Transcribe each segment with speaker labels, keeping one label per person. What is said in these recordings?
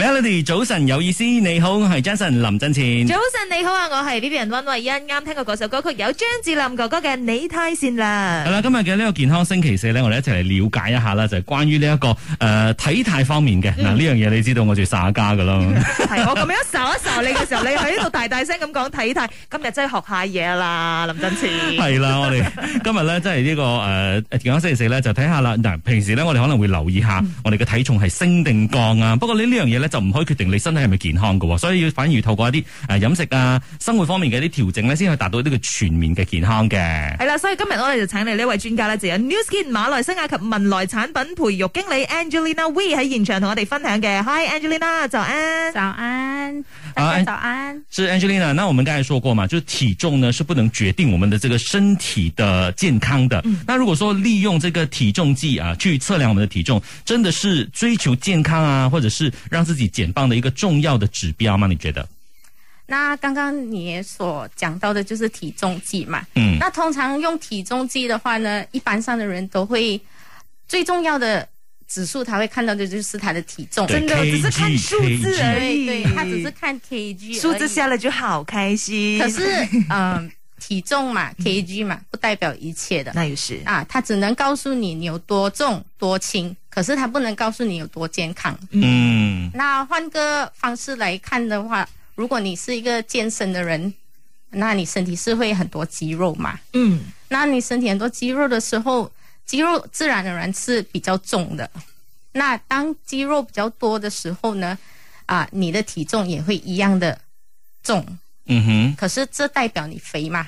Speaker 1: Melody，早晨有意思，你好，我係 Jason 林振前。
Speaker 2: 早晨你好啊，我係 Vivian 溫慧欣，啱聽過嗰首歌曲有張智霖哥哥嘅《你太善良
Speaker 1: 係》。啦，今日嘅呢個健康星期四咧，我哋一齊嚟了解一下啦，就係關於呢一個誒體態方面嘅。嗱呢樣嘢你知道我住耍家噶啦，
Speaker 2: 係我咁樣睄一睄你嘅時候，你喺呢度大大聲咁講體態，今日真係學下嘢啦，林振前。
Speaker 1: 係啦，我哋今日咧即係呢個誒呃健康星期四咧，就睇下啦。嗱，平時咧我哋可能會留意下我哋嘅體重係升定降啊。不過呢呢樣嘢咧就唔可以決定你身體係咪健康嘅喎，所以要反而要透過一啲誒飲食啊、生活方面嘅一啲調整咧，先可以達到呢個全面嘅健康嘅。
Speaker 2: 係啦，所以今日我哋就請嚟呢位專家咧，就有 New Skin 馬來西亞及文萊產品培育經理 Angelina We 喺現場同我哋分享嘅。Hi Angelina，早安。
Speaker 3: 早安，
Speaker 1: 啊
Speaker 3: 大
Speaker 1: 哎
Speaker 3: 家早安。
Speaker 1: 是 Angelina，那我们刚才说过嘛，就是体重呢是不能决定我们的这个身体的健康的。那如果说利用这个体重计啊，去测量我们的体重，真的是追求健康啊，或者是让自己减磅的一个重要的指标吗？你觉得？
Speaker 3: 那刚刚你也所讲到的就是体重计嘛，
Speaker 1: 嗯
Speaker 3: 那通常用体重计的话呢，一般上的人都会最重要的指数，他会看到的就是他的体重。
Speaker 1: 对
Speaker 2: 真的，我只是
Speaker 1: KG
Speaker 2: 看数字而
Speaker 3: 对
Speaker 2: 已。
Speaker 3: 对，他只是看 KG，
Speaker 2: 数字
Speaker 3: 而已
Speaker 2: 下来就好开心。
Speaker 3: 可是嗯、体重嘛，KG 嘛，不代表一切的
Speaker 2: 那也是，
Speaker 3: 啊，它只能告诉你你有多重多轻，可是它不能告诉你有多健康。
Speaker 1: 嗯
Speaker 3: 那换个方式来看的话，如果你是一个健身的人，那你身体是会很多肌肉嘛？
Speaker 2: 嗯。
Speaker 3: 那你身体很多肌肉的时候，肌肉自然而然是比较重的。那当肌肉比较多的时候呢，啊，你的体重也会一样的重。
Speaker 1: 嗯哼，
Speaker 3: 可是这代表你肥嘛？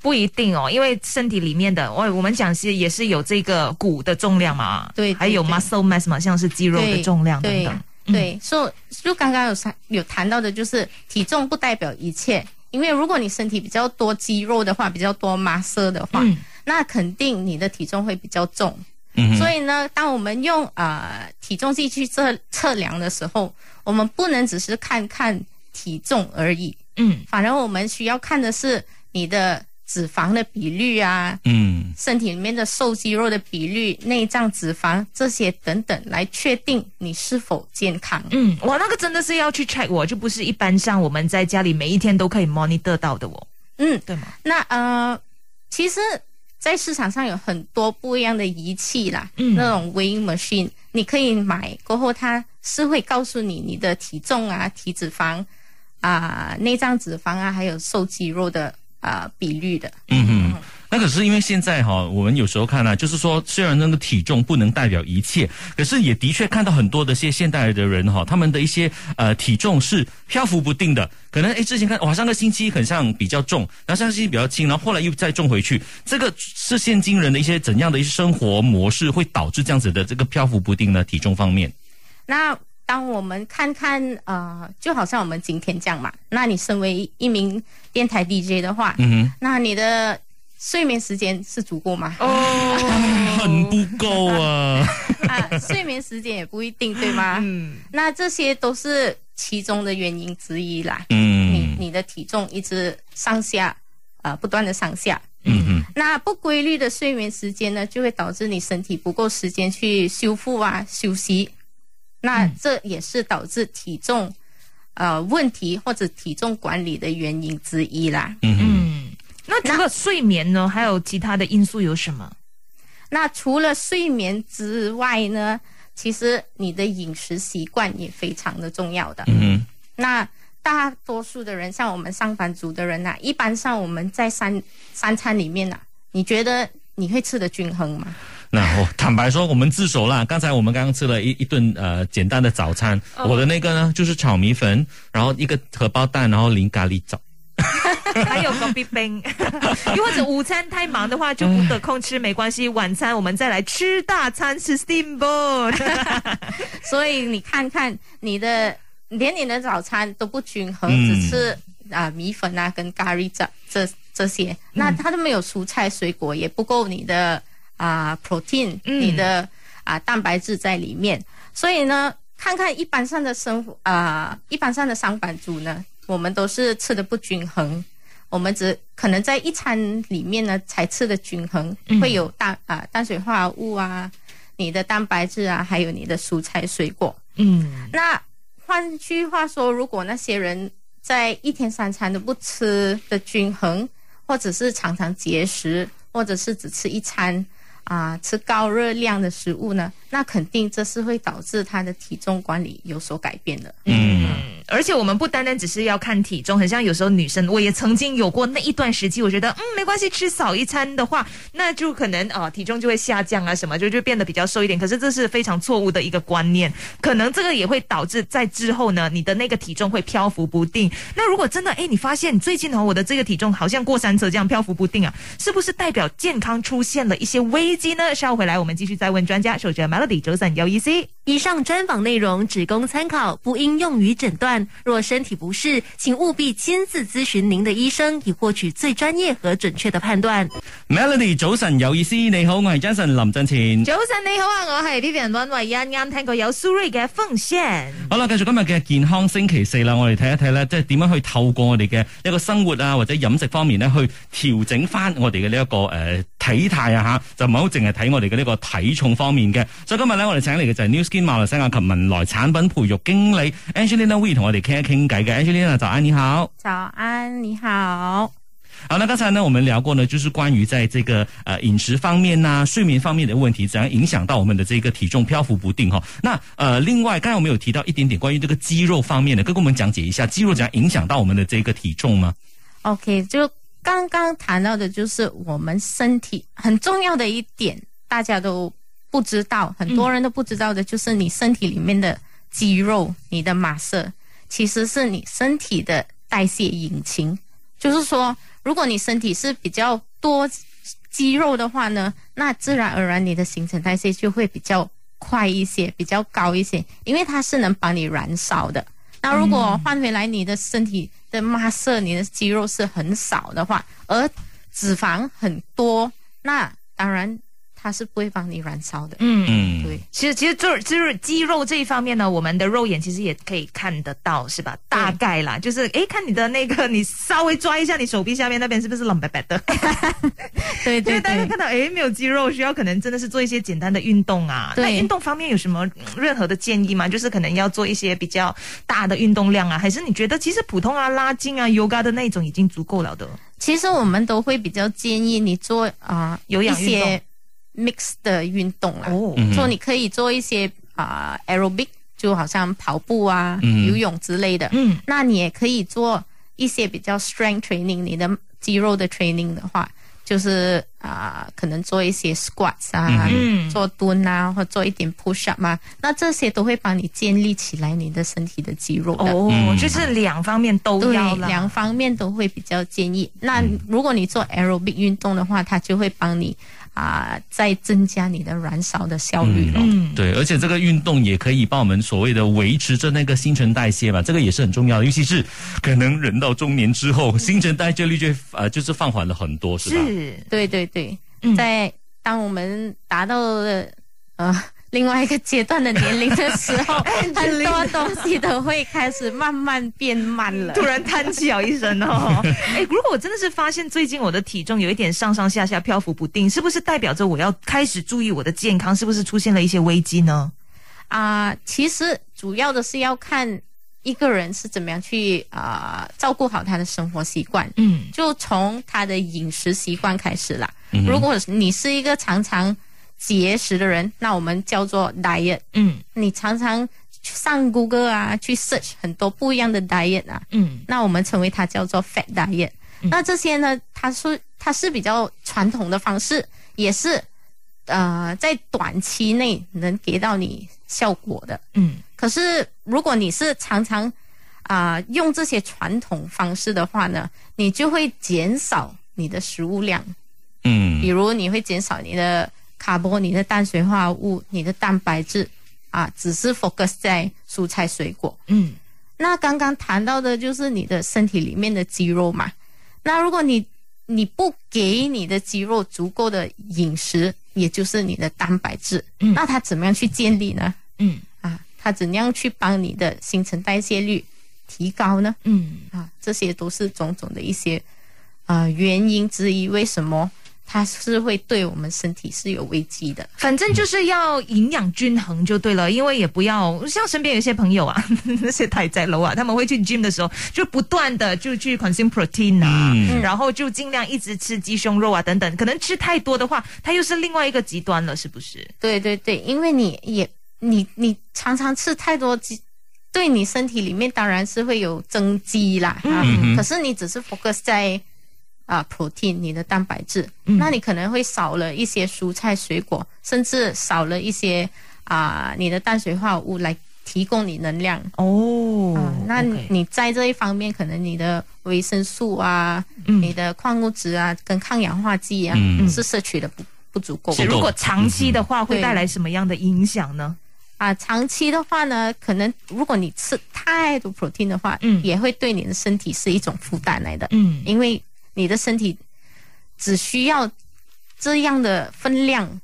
Speaker 2: 不一定哦，因为身体里面的，我我们讲是也是有这个骨的重量嘛，
Speaker 3: 对对
Speaker 2: 还有
Speaker 3: 对
Speaker 2: muscle mass 嘛，像是肌肉的重量等
Speaker 3: 对
Speaker 2: 等。嗯
Speaker 3: 对，所以、就刚刚有谈有谈到的，就是体重不代表一切，因为如果你身体比较多肌肉的话，比较多 muscle 的话，
Speaker 2: 嗯
Speaker 3: 那肯定你的体重会比较重。
Speaker 1: 嗯哼，
Speaker 3: 所
Speaker 1: 以
Speaker 3: 以呢，当我们用呃体重计去测测量的时候，我们不能只是看看体重而已，
Speaker 2: 嗯，
Speaker 3: 反而我们需要看的是你的脂肪的比率啊，
Speaker 1: 嗯
Speaker 3: 身体里面的瘦肌肉的比率、内脏脂肪这些等等，来确定你是否健康。
Speaker 2: 嗯，哇，那个真的是要去 check 我，就不是一般像我们在家里每一天都可以 monitor 到的哦，
Speaker 3: 嗯，
Speaker 2: 对吗？
Speaker 3: 那呃，其实，在市场上有很多不一样的仪器啦，
Speaker 2: 嗯
Speaker 3: 那种 weighing machine，你可以买过后，它是会告诉你你的体重啊、体脂肪啊、内脏脂肪啊，还有瘦肌肉的啊、比率的。
Speaker 1: 嗯哼。那可是因为现在哈、我们有时候看呢、就是说虽然那个呃体重不能代表一切，可是也的确看到很多的些现代的人哈、他们的一些呃体重是漂浮不定的，可能诶之前看哇上个星期很像比较重，然后上个星期比较轻，然后后来又再重回去，这个是现今人的一些怎样的一些生活模式会导致这样子的这个漂浮不定呢？体重方面，
Speaker 3: 那当我们看看呃，就好像我们今天这样嘛，那你身为一名电台 DJ 的话，
Speaker 1: 嗯
Speaker 3: 那你的睡眠时间是足够吗？哦
Speaker 1: 哼，很不够啊，
Speaker 3: 啊，睡眠时间也不一定，对吗？
Speaker 2: 嗯，
Speaker 3: 那这些都是其中的原因之一啦。你
Speaker 1: 嗯
Speaker 3: 你的体重一直上下，呃，不断的上下。
Speaker 1: 嗯哼。
Speaker 3: 那不规律的睡眠时间呢，就会导致你身体不够时间去修复啊、休息。那这也是导致体重呃问题或者体重管理的原因之一啦。
Speaker 1: 嗯哼
Speaker 2: 那除了睡眠呢，还有其他的因素有什 么？
Speaker 3: 那除了睡眠之外呢，其实你的饮食习惯也非常的重要的。
Speaker 1: 嗯哼
Speaker 3: 那大多数的人，像我们上班族的人呐、一般上我们在三三餐里面呐、啊你觉得你会吃的均衡吗？
Speaker 1: 那我坦白说，我们自首啦。刚才我们刚刚吃了一一顿呃简单的早餐，我的那个呢就是炒米粉，然后一个荷包蛋，然后淋咖喱枣。
Speaker 2: 还有个 b 冰， 又或者午餐太忙的话就不得空吃，没关系，晚餐我们再来吃大餐，吃 steamboat。
Speaker 3: 所以你看看你的，连你的早餐都不均衡，
Speaker 1: 嗯
Speaker 3: 只吃啊、米粉啊跟咖喱这这这些，那它都没有蔬菜水果，也不够你的啊、protein，、
Speaker 2: 嗯
Speaker 3: 你的啊、蛋白质在里面。所以呢，看看一般上的生活啊、一般上的上班族呢，我们都是吃的不均衡。我们只可能在一餐里面呢才吃的均衡，会有蛋啊、碳水化合物啊，你的蛋白质啊，还有你的蔬菜水果。
Speaker 2: 嗯。
Speaker 3: 那换句话说，如果那些人在一天三餐都不吃的均衡，或者是常常节食，或者是只吃一餐啊、吃高热量的食物呢，那肯定这是会导致他的体重管理有所改变的。
Speaker 1: 嗯，
Speaker 2: 而且我们不单单只是要看体重，很像有时候女生，我也曾经有过那一段时期，我觉得嗯没关系，吃少一餐的话，那就可能啊、呃体重就会下降啊什么，就就变得比较瘦一点。可是这是非常错误的一个观念，可能这个也会导致在之后呢，你的那个体重会漂浮不定。那如果真的哎，你发现最近哦我的这个体重好像过山车这样漂浮不定啊，是不是代表健康出现了一些危机呢？稍后回来我们继续再问专家，守着 Melody 周三有意思。
Speaker 4: 以上专访内容只供参考，不应用于诊断。若身体不适，请务必亲自咨询您的医生，以获取最专业和准确的判断。
Speaker 1: Melody 早晨有意思，你好，我係 Jason 林振前。
Speaker 2: 早晨你好啊，我系 Vivian 温慧欣，啱聽過有蘇芮嘅奉獻。
Speaker 1: 好啦，繼續今日嘅健康星期四啦，我哋睇一睇咧，即係點樣去透過我哋嘅一個生活啊，或者飲食方面咧，去調整翻我哋嘅呢一個诶、呃體態啊吓，就唔好淨係睇我哋嘅呢個體重方面嘅。所以今日咧，我哋請嚟嘅就係 New Skin 馬來西亞及文萊產品培育經理 Angelina Wee 同我哋傾一傾偈嘅。Angelina 早安，你好。
Speaker 3: 早安，你好。
Speaker 1: 好，那刚才呢，我们聊过呢，就是关于在这个呃饮食方面呐、睡眠方面的问题，怎样影响到我们的这个体重漂浮不定哈、那呃，另外刚才我们有提到一点点关于这个肌肉方面的，可以跟我们讲解一下肌肉怎样影响到我们的这个体重吗？
Speaker 3: OK，就刚刚谈到的，就是我们身体很重要的一点，大家都不知道，很多人都不知道的，就是你身体里面的肌肉，你的马色，其实是你身体的代谢引擎。就是说，如果你身体是比较多肌肉的话呢，那自然而然你的新陈代谢就会比较快一些，比较高一些，因为它是能帮你燃烧的。那如果换回来你的身体的 muscle，你的肌肉是很少的话，而脂肪很多，那当然它是不会帮你燃烧的。
Speaker 2: 嗯，
Speaker 1: 嗯，
Speaker 3: 对，
Speaker 2: 其实其实就是就是肌肉这一方面呢，我们的肉眼其实也可以看得到，是吧？大概啦，就是诶，看你的那个，你稍微抓一下你手臂下面那边是不是冷白白的？
Speaker 3: 对
Speaker 2: 因为
Speaker 3: 对
Speaker 2: 大家
Speaker 3: 对
Speaker 2: 看。到诶没有肌肉，需要可能真的是做一些简单的运动啊。
Speaker 3: 对
Speaker 2: 那运动方面有什么嗯任何的建议吗？就是可能要做一些比较大的运动量啊，还是你觉得其实普通啊、拉筋啊、yoga 的那种已经足够了的？
Speaker 3: 其实我们都会比较建议你做啊、呃
Speaker 2: 有
Speaker 3: 一
Speaker 2: 氧运动
Speaker 3: 些 mix 的运动啦。
Speaker 2: 哦
Speaker 1: 嗯
Speaker 3: 说你可以做一些啊、呃 aerobic，就好像跑步啊、
Speaker 1: 嗯
Speaker 3: 游泳之类的。
Speaker 2: 嗯
Speaker 3: 那你也可以做一些比较 strength training，你的肌肉的 training 的话，就是啊、呃可能做一些 squats 啊，
Speaker 2: 嗯
Speaker 3: 做蹲啊，或做一点 push up 啊，那这些都会帮你建立起来你的身体的肌肉的。
Speaker 2: 哦，
Speaker 1: 嗯
Speaker 2: 就是两方面都
Speaker 3: 对
Speaker 2: 要，了。
Speaker 3: 两方面都会比较建议。那如果你做 aerobic 运动的话，它就会帮你啊、再增加你的燃烧的效率
Speaker 1: 哦
Speaker 3: 咯。
Speaker 2: 嗯
Speaker 1: 对，而且这个运动也可以帮我们所谓的维持着那个新陈代谢嘛，这个也是很重要的，尤其是可能人到中年之后，新陈代谢率就会呃就是放缓了很多，是吧？
Speaker 2: 是，
Speaker 3: 对对对，
Speaker 2: 嗯
Speaker 3: 在当我们达到了呃 另外一个阶段的年龄的时候，很多东西都会开始慢慢变慢了。
Speaker 2: 突然叹气啊一声 哦。哎，如果我真的是发现最近我的体重有一点上上下下漂浮不定，是不是代表着我要开始注意我的健康？是不是出现了一些危机呢？
Speaker 3: 啊、其实主要的是要看一个人是怎么样去啊、照顾好他的生活习惯。
Speaker 2: 嗯
Speaker 3: 就从他的饮食习惯开始啦。
Speaker 1: 嗯哼
Speaker 3: 如果你是一个常常节食的人，那我们叫做 diet。
Speaker 2: 嗯
Speaker 3: 你常常上 Google 啊，去 search 很多不一样的 diet 啊，
Speaker 2: 嗯
Speaker 3: 那我们称为它叫做 fat diet。那这些呢，它是它是比较传统的方式，也是呃在短期内能给到你效果的。
Speaker 2: 嗯
Speaker 3: 可是如果你是常常啊、用这些传统方式的话呢，你就会减少你的食物量，
Speaker 1: 嗯
Speaker 3: 比如你会减少你的卡波、你的碳水化合物、你的蛋白质啊，只是 focus 在蔬菜水果。
Speaker 2: 嗯
Speaker 3: 那刚刚谈到的就是你的身体里面的肌肉嘛，那如果你你不给你的肌肉足够的饮食，也就是你的蛋白质，
Speaker 2: 嗯
Speaker 3: 那它怎么样去建立呢？
Speaker 2: 嗯
Speaker 3: 啊，它怎样去帮你的新陈代谢率提高呢？
Speaker 2: 嗯
Speaker 3: 啊，这些都是种种的一些呃原因之一。为什么它是会对我们身体是有危机的。
Speaker 2: 反正就是要营养均衡就对了，因为也不要像身边有些朋友 啊，那些太仔楼啊，他们会去 gym 的时候就不断的就去 consume protein 啊，
Speaker 1: 嗯
Speaker 2: 然后就尽量一直吃鸡胸肉啊等等，可能吃太多的话，它又是另外一个极端了，是不是？
Speaker 3: 对对对，因为你也你你常常吃太多鸡，对你身体里面当然是会有增肌啦。哈
Speaker 1: 嗯哼
Speaker 3: 可是你只是 focus 在啊、protein 你的蛋白质，
Speaker 2: 嗯
Speaker 3: 那你可能会少了一些蔬菜水果，甚至少了一些啊、你的碳水化合物来提供你能量。
Speaker 2: 哦
Speaker 3: 啊，那
Speaker 2: OK
Speaker 3: 你在这一方面，可能你的维生素啊、
Speaker 2: 嗯
Speaker 3: 你的矿物质啊、跟抗氧化剂啊，
Speaker 1: 嗯
Speaker 3: 是摄取的不不足够
Speaker 1: 不够
Speaker 2: 如果长期的话，会
Speaker 3: 对
Speaker 2: 带来什么样的影响呢？
Speaker 3: 啊。长期的话呢，可能如果你吃太多 protein 的话，
Speaker 2: 嗯
Speaker 3: 也会对你的身体是一种负担来的，
Speaker 2: 嗯
Speaker 3: 因为你的身体只需要这样的分量，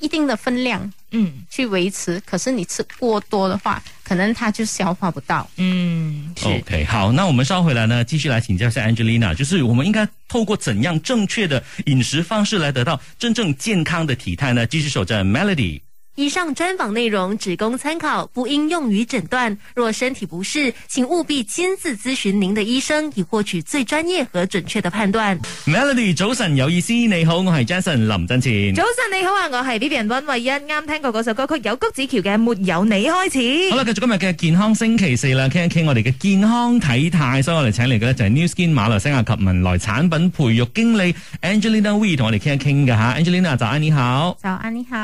Speaker 3: 一定的分量
Speaker 2: 嗯
Speaker 3: 去维持，可是你吃过多的话，可能它就消化不到。
Speaker 2: 嗯，是。
Speaker 1: OK，好，那我们稍回来呢，继续来请教一下 Angelina，就是我们应该透过怎样正确的饮食方式来得到真正健康的体态呢？继续守着 Melody。
Speaker 4: 以上专访内容只供参考，不应用于诊断。若身体不适，请务必亲自咨询您的医生，以获取最专业和准确的判断。
Speaker 1: Melody 早晨有意思，你好，我系 Jason 林振前。
Speaker 2: 早晨你好啊，我系 Vivian 温慧欣，啱听过嗰首歌曲有谷子乔嘅《没有你开始》。
Speaker 1: 好啦，繼續今日嘅健康星期四啦，傾一傾我哋嘅健康體態，所以我哋請嚟嘅咧就係 New Skin 馬來西亞及文萊產品培育經理 Angelina Wee 同我哋傾一傾嘅吓，Angelina 早安你好，
Speaker 3: 早安，你好。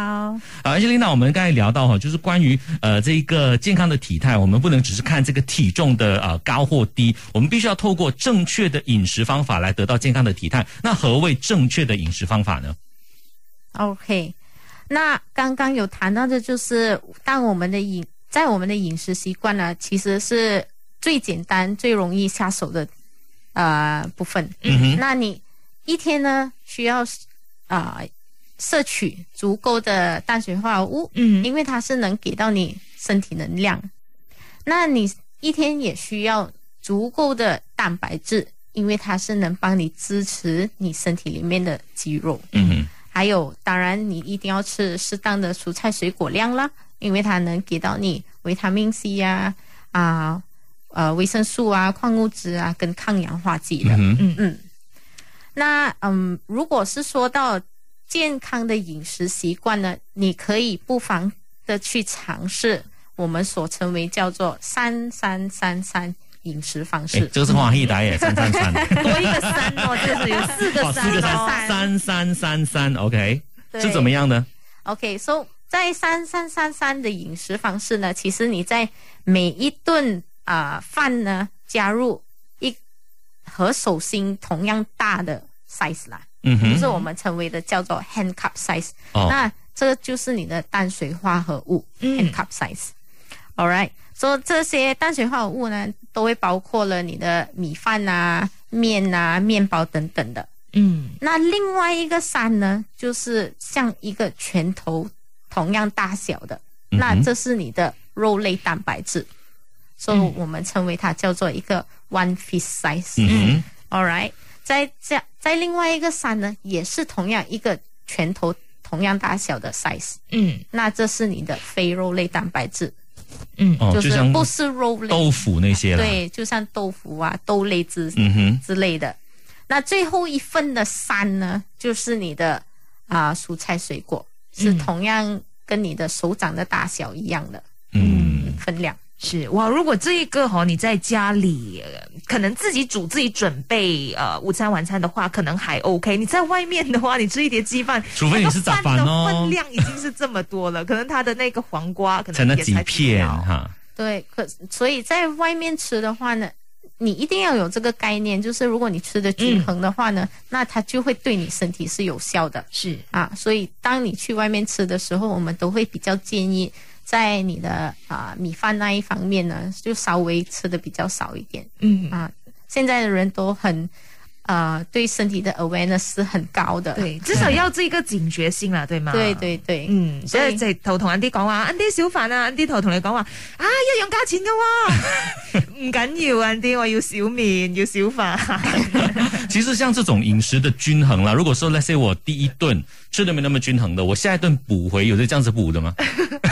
Speaker 1: 啊 Angelina，我们刚才聊到哈，就是關於呃这一個健康的體態，我們不能只是看這個體重的呃高或低，我們必須要透過正確的飲食方法來得到健康的體態。那何謂正確的飲食方法呢？
Speaker 3: OK，那刚刚有谈到的，就是当我们的饮在我们的饮食习惯呢，其实是最简单、最容易下手的呃部分。
Speaker 1: 嗯哼，
Speaker 3: 那你一天呢需要啊、呃摄取足够的碳水化合物，
Speaker 2: 嗯
Speaker 3: 因为它是能给到你身体能量。那你一天也需要足够的蛋白质，因为它是能帮你支持你身体里面的肌肉。
Speaker 1: 嗯哼，
Speaker 3: 还有，当然你一定要吃适当的蔬菜水果量啦，因为它能给到你维他命 C 呀、啊、呃维生素啊、矿物质啊跟抗氧化剂的。
Speaker 1: 嗯哼，
Speaker 3: 嗯，那嗯，如果是说到健康的饮食习惯呢，你可以不妨的去尝试我们所称为叫做“三三三三”饮食方
Speaker 1: 诶
Speaker 3: 式。
Speaker 1: 哎这个是黄奕达耶，三三三，
Speaker 2: 多一个三哦，就是有四个
Speaker 1: 哦，四个
Speaker 2: 三哦。
Speaker 1: 三，三三三三，OK，
Speaker 3: 对
Speaker 1: 是怎么样呢？
Speaker 3: OK，so、在三三三三的饮食方式呢，其实你在每一顿啊、呃饭呢加入一和手心同样大的 size 啦，
Speaker 1: 嗯
Speaker 3: 就
Speaker 1: 哼，
Speaker 3: 是我们称为的叫做 hand cup size。
Speaker 1: 哦，
Speaker 3: 那这个就是你的淡水化合物、
Speaker 2: 嗯
Speaker 3: hand cup size。All right，所、so, 这些淡水化合物呢，都会包括了你的米饭啊、面啊、面包等等的。
Speaker 2: 嗯
Speaker 3: 那另外一个山呢，就是像一个拳头同样大小的，
Speaker 1: 嗯哼
Speaker 3: 那这是你的肉类蛋白质，所以
Speaker 2: 嗯
Speaker 3: 我们称为它叫做一个 one fish size。
Speaker 1: 嗯哼，
Speaker 3: All right，在这在另外一个山呢，也是同样一个拳头同样大小的 size，
Speaker 2: 嗯
Speaker 3: 那这是你的非肉类蛋白质，
Speaker 2: 嗯
Speaker 1: 哦，
Speaker 3: 就是
Speaker 1: 像
Speaker 3: 不是肉类，
Speaker 1: 豆腐那些啦，，
Speaker 3: 对，就像豆腐啊、豆类之
Speaker 1: 嗯哼，
Speaker 3: 之类的。那最后一份的三呢，就是你的啊、蔬菜水果，是
Speaker 2: 嗯
Speaker 3: 同样跟你的手掌的大小一样的
Speaker 1: 嗯。
Speaker 3: 分量。
Speaker 2: 是哇。如果这一个哈、你在家里、呃可能自己煮自己准备呃午餐晚餐的话，可能还 OK。你在外面的话，你吃一碟鸡饭，
Speaker 1: 除非你是杂
Speaker 2: 那
Speaker 1: 饭
Speaker 2: 个
Speaker 1: 哦
Speaker 2: 饭的分量已经是这么多了，可能它的那个黄瓜可能
Speaker 1: 才那
Speaker 2: 也
Speaker 1: 几片
Speaker 2: 到
Speaker 1: 哈，
Speaker 3: 对，可所以在外面吃的话呢，你一定要有这个概念，就是如果你吃的均衡的话呢，那它就会对你身体是有效的
Speaker 2: 是
Speaker 3: 啊。所以当你去外面吃的时候，我们都会比较建议。在你的啊、米饭那一方面呢，就稍微吃的比较少一点，
Speaker 2: 嗯
Speaker 3: 啊，现在的人都很呃对身体的 awareness 是很高的。
Speaker 2: 对，至少要这个警觉性啦，对吗？
Speaker 3: 对对对，
Speaker 2: 嗯，即
Speaker 3: 所以
Speaker 2: 系直头同人啲講話，人啲小販啊，人啲頭同你講話，啊一樣價錢 噶喎，唔緊要，人啲我要小面，要小飯，
Speaker 1: 其实像这种饮食的均衡啦，如果说 let's say 我第一顿吃的没那么均衡的，我下一顿补回，有是这样子补的吗？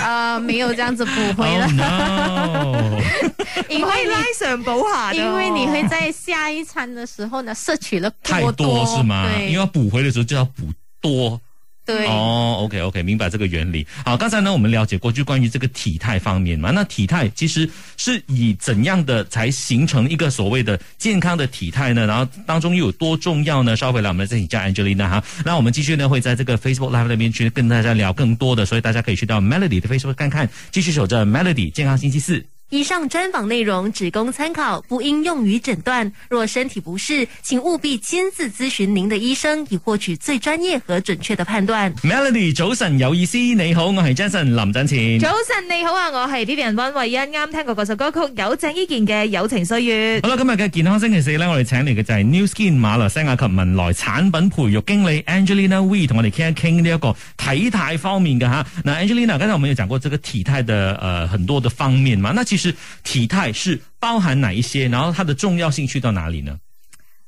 Speaker 3: 啊、没有这样 子补回了
Speaker 1: oh, no！
Speaker 3: 因为 你
Speaker 2: 拉上补下的哦
Speaker 3: 因为你会在下一餐的时候呢，摄取了
Speaker 1: 太
Speaker 3: 过
Speaker 1: 多是吗？
Speaker 3: 对，
Speaker 1: 因为要补回的时候就要补多。
Speaker 3: 对、
Speaker 1: 哦，OK OK，明白这个原理。好，刚才呢我们了解过，就关于这个体态方面嘛。那体态其实是以怎样的才形成一个所谓的健康的体态呢？然后当中又有多重要呢？稍后回来我们再请教 Angelina 哈。那我们继续呢会在这个 Facebook Live 那边去跟大家聊更多的，所以大家可以去到 Melody 的 Facebook 看看。继续守着 Melody 健康星期四。
Speaker 4: 以上专访内容只供参考，不应用于诊断。若身体不适，请务必亲自咨询您的医生，以获取最专业和准确的判断。
Speaker 1: Melody 早晨有意思，你好，我系 Jason 林振前。
Speaker 2: 早晨你好啊，我系 B B 人温慧欣，啱听过嗰首歌曲有鄭伊健嘅《友情歲月》。
Speaker 1: 好啦，今日嘅健康星期四咧，我哋請嚟嘅就係 New Skin 馬來西亞及文萊產品培育經理 Angelina Wee 同我哋傾一傾呢一個體態方面嘅吓。那 Angelina，剛才我們有講過這個體態的呃很多的方面嘛，那其實體態是包含哪一些，然後它的重要性去到哪裡呢？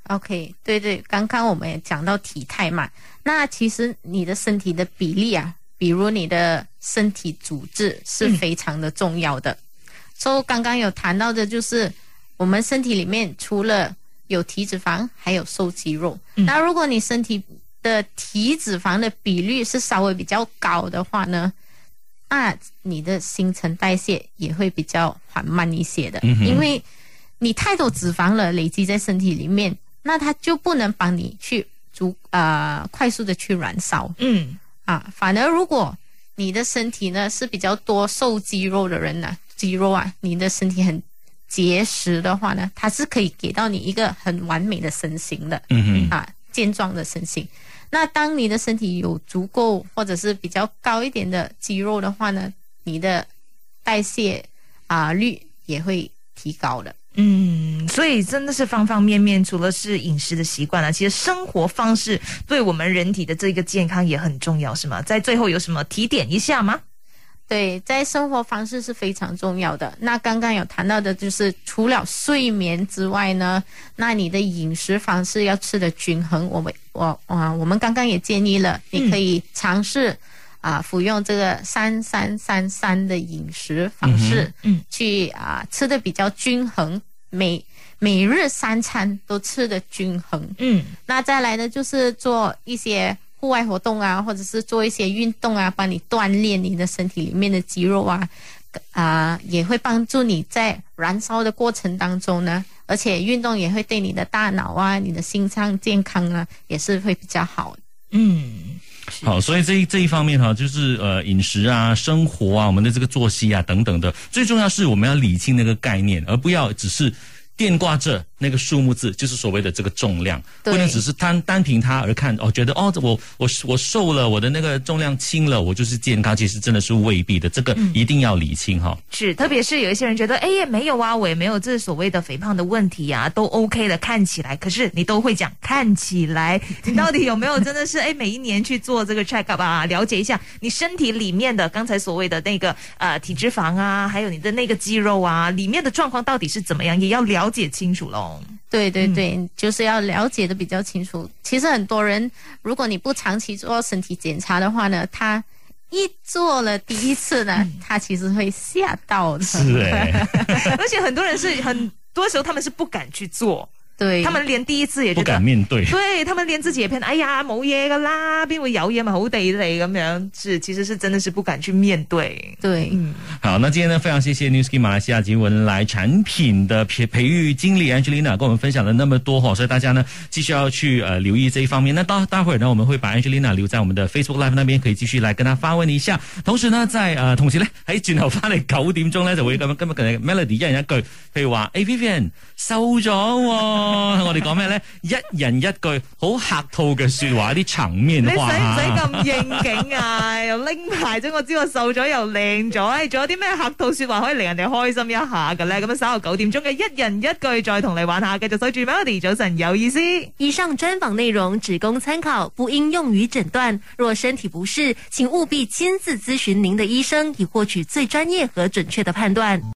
Speaker 3: o k 对对，刚刚我们也讲到体态嘛，那其实你的身体的比例啊，比如你的身体组织是非常的重要的。所以、刚刚有谈到的就是我们身体里面除了有体脂肪，还有瘦肌肉。
Speaker 1: 嗯
Speaker 3: 那如果你身体的体脂肪的比率是稍微比较高的话呢，那你的新陈代谢也会比较缓慢一些的，
Speaker 1: 嗯哼
Speaker 3: 因为你太多脂肪了累积在身体里面，那它就不能帮你去足呃快速的去燃烧
Speaker 2: 嗯，
Speaker 3: 啊。反而如果你的身体呢是比较多瘦肌肉的人呢、肌肉啊，你的身体很结实的话呢，它是可以给到你一个很完美的身形的。
Speaker 1: 嗯哼，
Speaker 3: 啊健壮的身形。那当你的身体有足够或者是比较高一点的肌肉的话呢，你的代谢啊、率也会提高的。
Speaker 2: 嗯，所以真的是方方面面，除了是饮食的习惯啊，其实生活方式对我们人体的这个健康也很重要，是吗？在最后有什么提点一下吗？
Speaker 3: 对，在生活方式是非常重要的。那刚刚有谈到的，就是除了睡眠之外呢，那你的饮食方式要吃的均衡。我们我啊，我们刚刚也建议了，
Speaker 2: 嗯
Speaker 3: 你可以尝试啊、服用这个三三三三的饮食方式，
Speaker 2: 嗯哼，
Speaker 3: 去啊、吃的比较均衡，每每日三餐都吃的均衡。
Speaker 2: 嗯
Speaker 3: 那再来呢，就是做一些户外活动啊，或者是做一些运动啊，帮你锻炼你的身体里面的肌肉啊，啊、也会帮助你在燃烧的过程当中呢，而且运动也会对你的大脑啊、你的心脏健康啊，也是会比较好的。
Speaker 2: 嗯，
Speaker 1: 好，所以这一这一方面哈，就是呃饮食啊、生活啊、我们的这个作息啊等等的，最重要是我们要理清那个概念，而不要只是电挂着那个数目字，就是所谓的这个重量，
Speaker 3: 对
Speaker 1: 不能只是单单凭它而看哦，觉得哦我我我瘦了，我的那个重量轻了，我就是健康，其实真的是未必的，这个一定要理清哈。
Speaker 2: 是，特别是有一些人觉得，哎也没有啊，我也没有这所谓的肥胖的问题啊，都 OK 的，看起来。可是你都会讲看起来，你到底有没有真的是 哎每一年去做这个 check up 啊，了解一下你身体里面的刚才所谓的那个呃体脂肪啊，还有你的那个肌肉啊里面的状况到底是怎么样，也要了解清 楚喽。
Speaker 3: 对对对，
Speaker 2: 嗯
Speaker 3: 就是要了解的比较清楚。其实很多人，如果你不长期做身体检查的话呢，他一做了第一次呢，
Speaker 2: 嗯
Speaker 3: 他其实会吓到的。
Speaker 1: 是诶、
Speaker 2: 而且很多人是很多时候他们是不敢去做，
Speaker 3: 对，
Speaker 2: 他们连第一次也
Speaker 1: 不
Speaker 2: 觉
Speaker 1: 敢
Speaker 2: 得。
Speaker 1: 面 对。
Speaker 2: 对他们连自己也骗，哎呀冇嘢噶啦，边会有嘢咪好地地咁样，是其实是真的是不敢去面对。
Speaker 3: 对，
Speaker 2: 嗯，
Speaker 1: 好，那今天呢，非常谢谢 Newski 马来西亚及文莱产品的培培育经理 Angelina 跟我们分享了那么多哈，所以大家呢继续要去呃留意这一方面。那到待会儿呢，我们会把 Angelina 留在我们的 Facebook Live 那边，可以继续来跟她發問一下。同時呢，在呃同時呢，喺轉頭翻嚟九點鐘呢，就會咁樣今日嘅 Melody 一人一句，譬如話 A Vivian 瘦咗、喎， 我哋講咩呢？一人一句好客套嘅説話，啲層面
Speaker 2: 你使唔使啊
Speaker 1: 話。
Speaker 2: 咁應景啊？又拎牌咗，我知我瘦咗又靚咗，哎仲有啲咩客套说話可以令人哋開心一下嘅咧？咁樣稍後九點鐘嘅一人一句再同你玩下，繼續守住 Melody 早晨有意思。
Speaker 4: 以上专访内容只供参考，不应用于诊断。若身体不适，请务必亲自咨询您的医生，以获取最专业和准确的判断。